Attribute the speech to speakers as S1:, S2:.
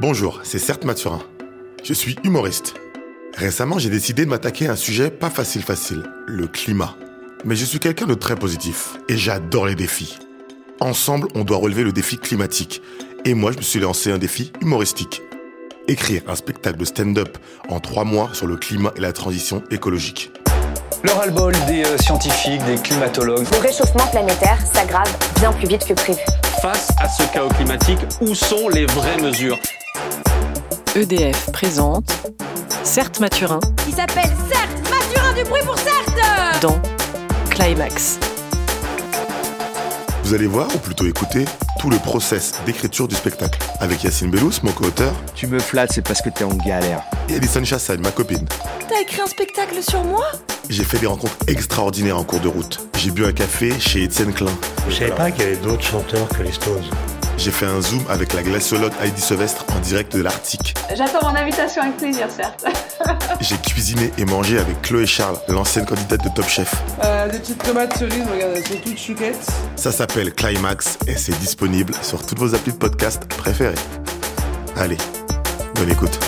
S1: Bonjour, c'est Certes Mathurin. Je suis humoriste. Récemment, j'ai décidé de m'attaquer à un sujet pas facile facile, le climat. Mais je suis quelqu'un de très positif et j'adore les défis. Ensemble, on doit relever le défi climatique. Et moi, je me suis lancé un défi humoristique. Écrire un spectacle de stand-up en trois mois sur le climat et la transition écologique.
S2: Le ras-le-bol des euh, scientifiques, des climatologues.
S3: Le réchauffement planétaire s'aggrave bien plus vite que prévu.
S4: Face à ce chaos climatique, où sont les vraies mesures
S5: EDF E présente Certes Mathurin
S6: qui s'appelle Certes Mathurin du bruit pour Certes
S5: dans Climax.
S1: Vous allez voir, ou plutôt écouter, tout le process d'écriture du spectacle. Avec Yacine Bellous, mon co-auteur,
S7: Tu me flattes, c'est parce que t'es en galère.
S1: et Alison Chassagne, ma copine.
S6: T'as écrit un spectacle sur moi
S1: J'ai fait des rencontres extraordinaires en cours de route. J'ai bu un café chez Étienne Klein.
S8: Je savais pas qu'il y avait d'autres chanteurs que les Stones.
S1: J'ai fait un zoom avec la glaciologue Heidi Sevestre en direct de l'Arctique.
S9: J'attends mon invitation avec plaisir, certes.
S1: J'ai cuisiné et mangé avec Chloé Charles, l'ancienne candidate de Top Chef.
S10: Euh, des petites tomates cerises, regarde, elles sont toutes chouquettes.
S1: Ça s'appelle Climax et c'est disponible sur toutes vos applis de podcast préférées. Allez, bonne écoute.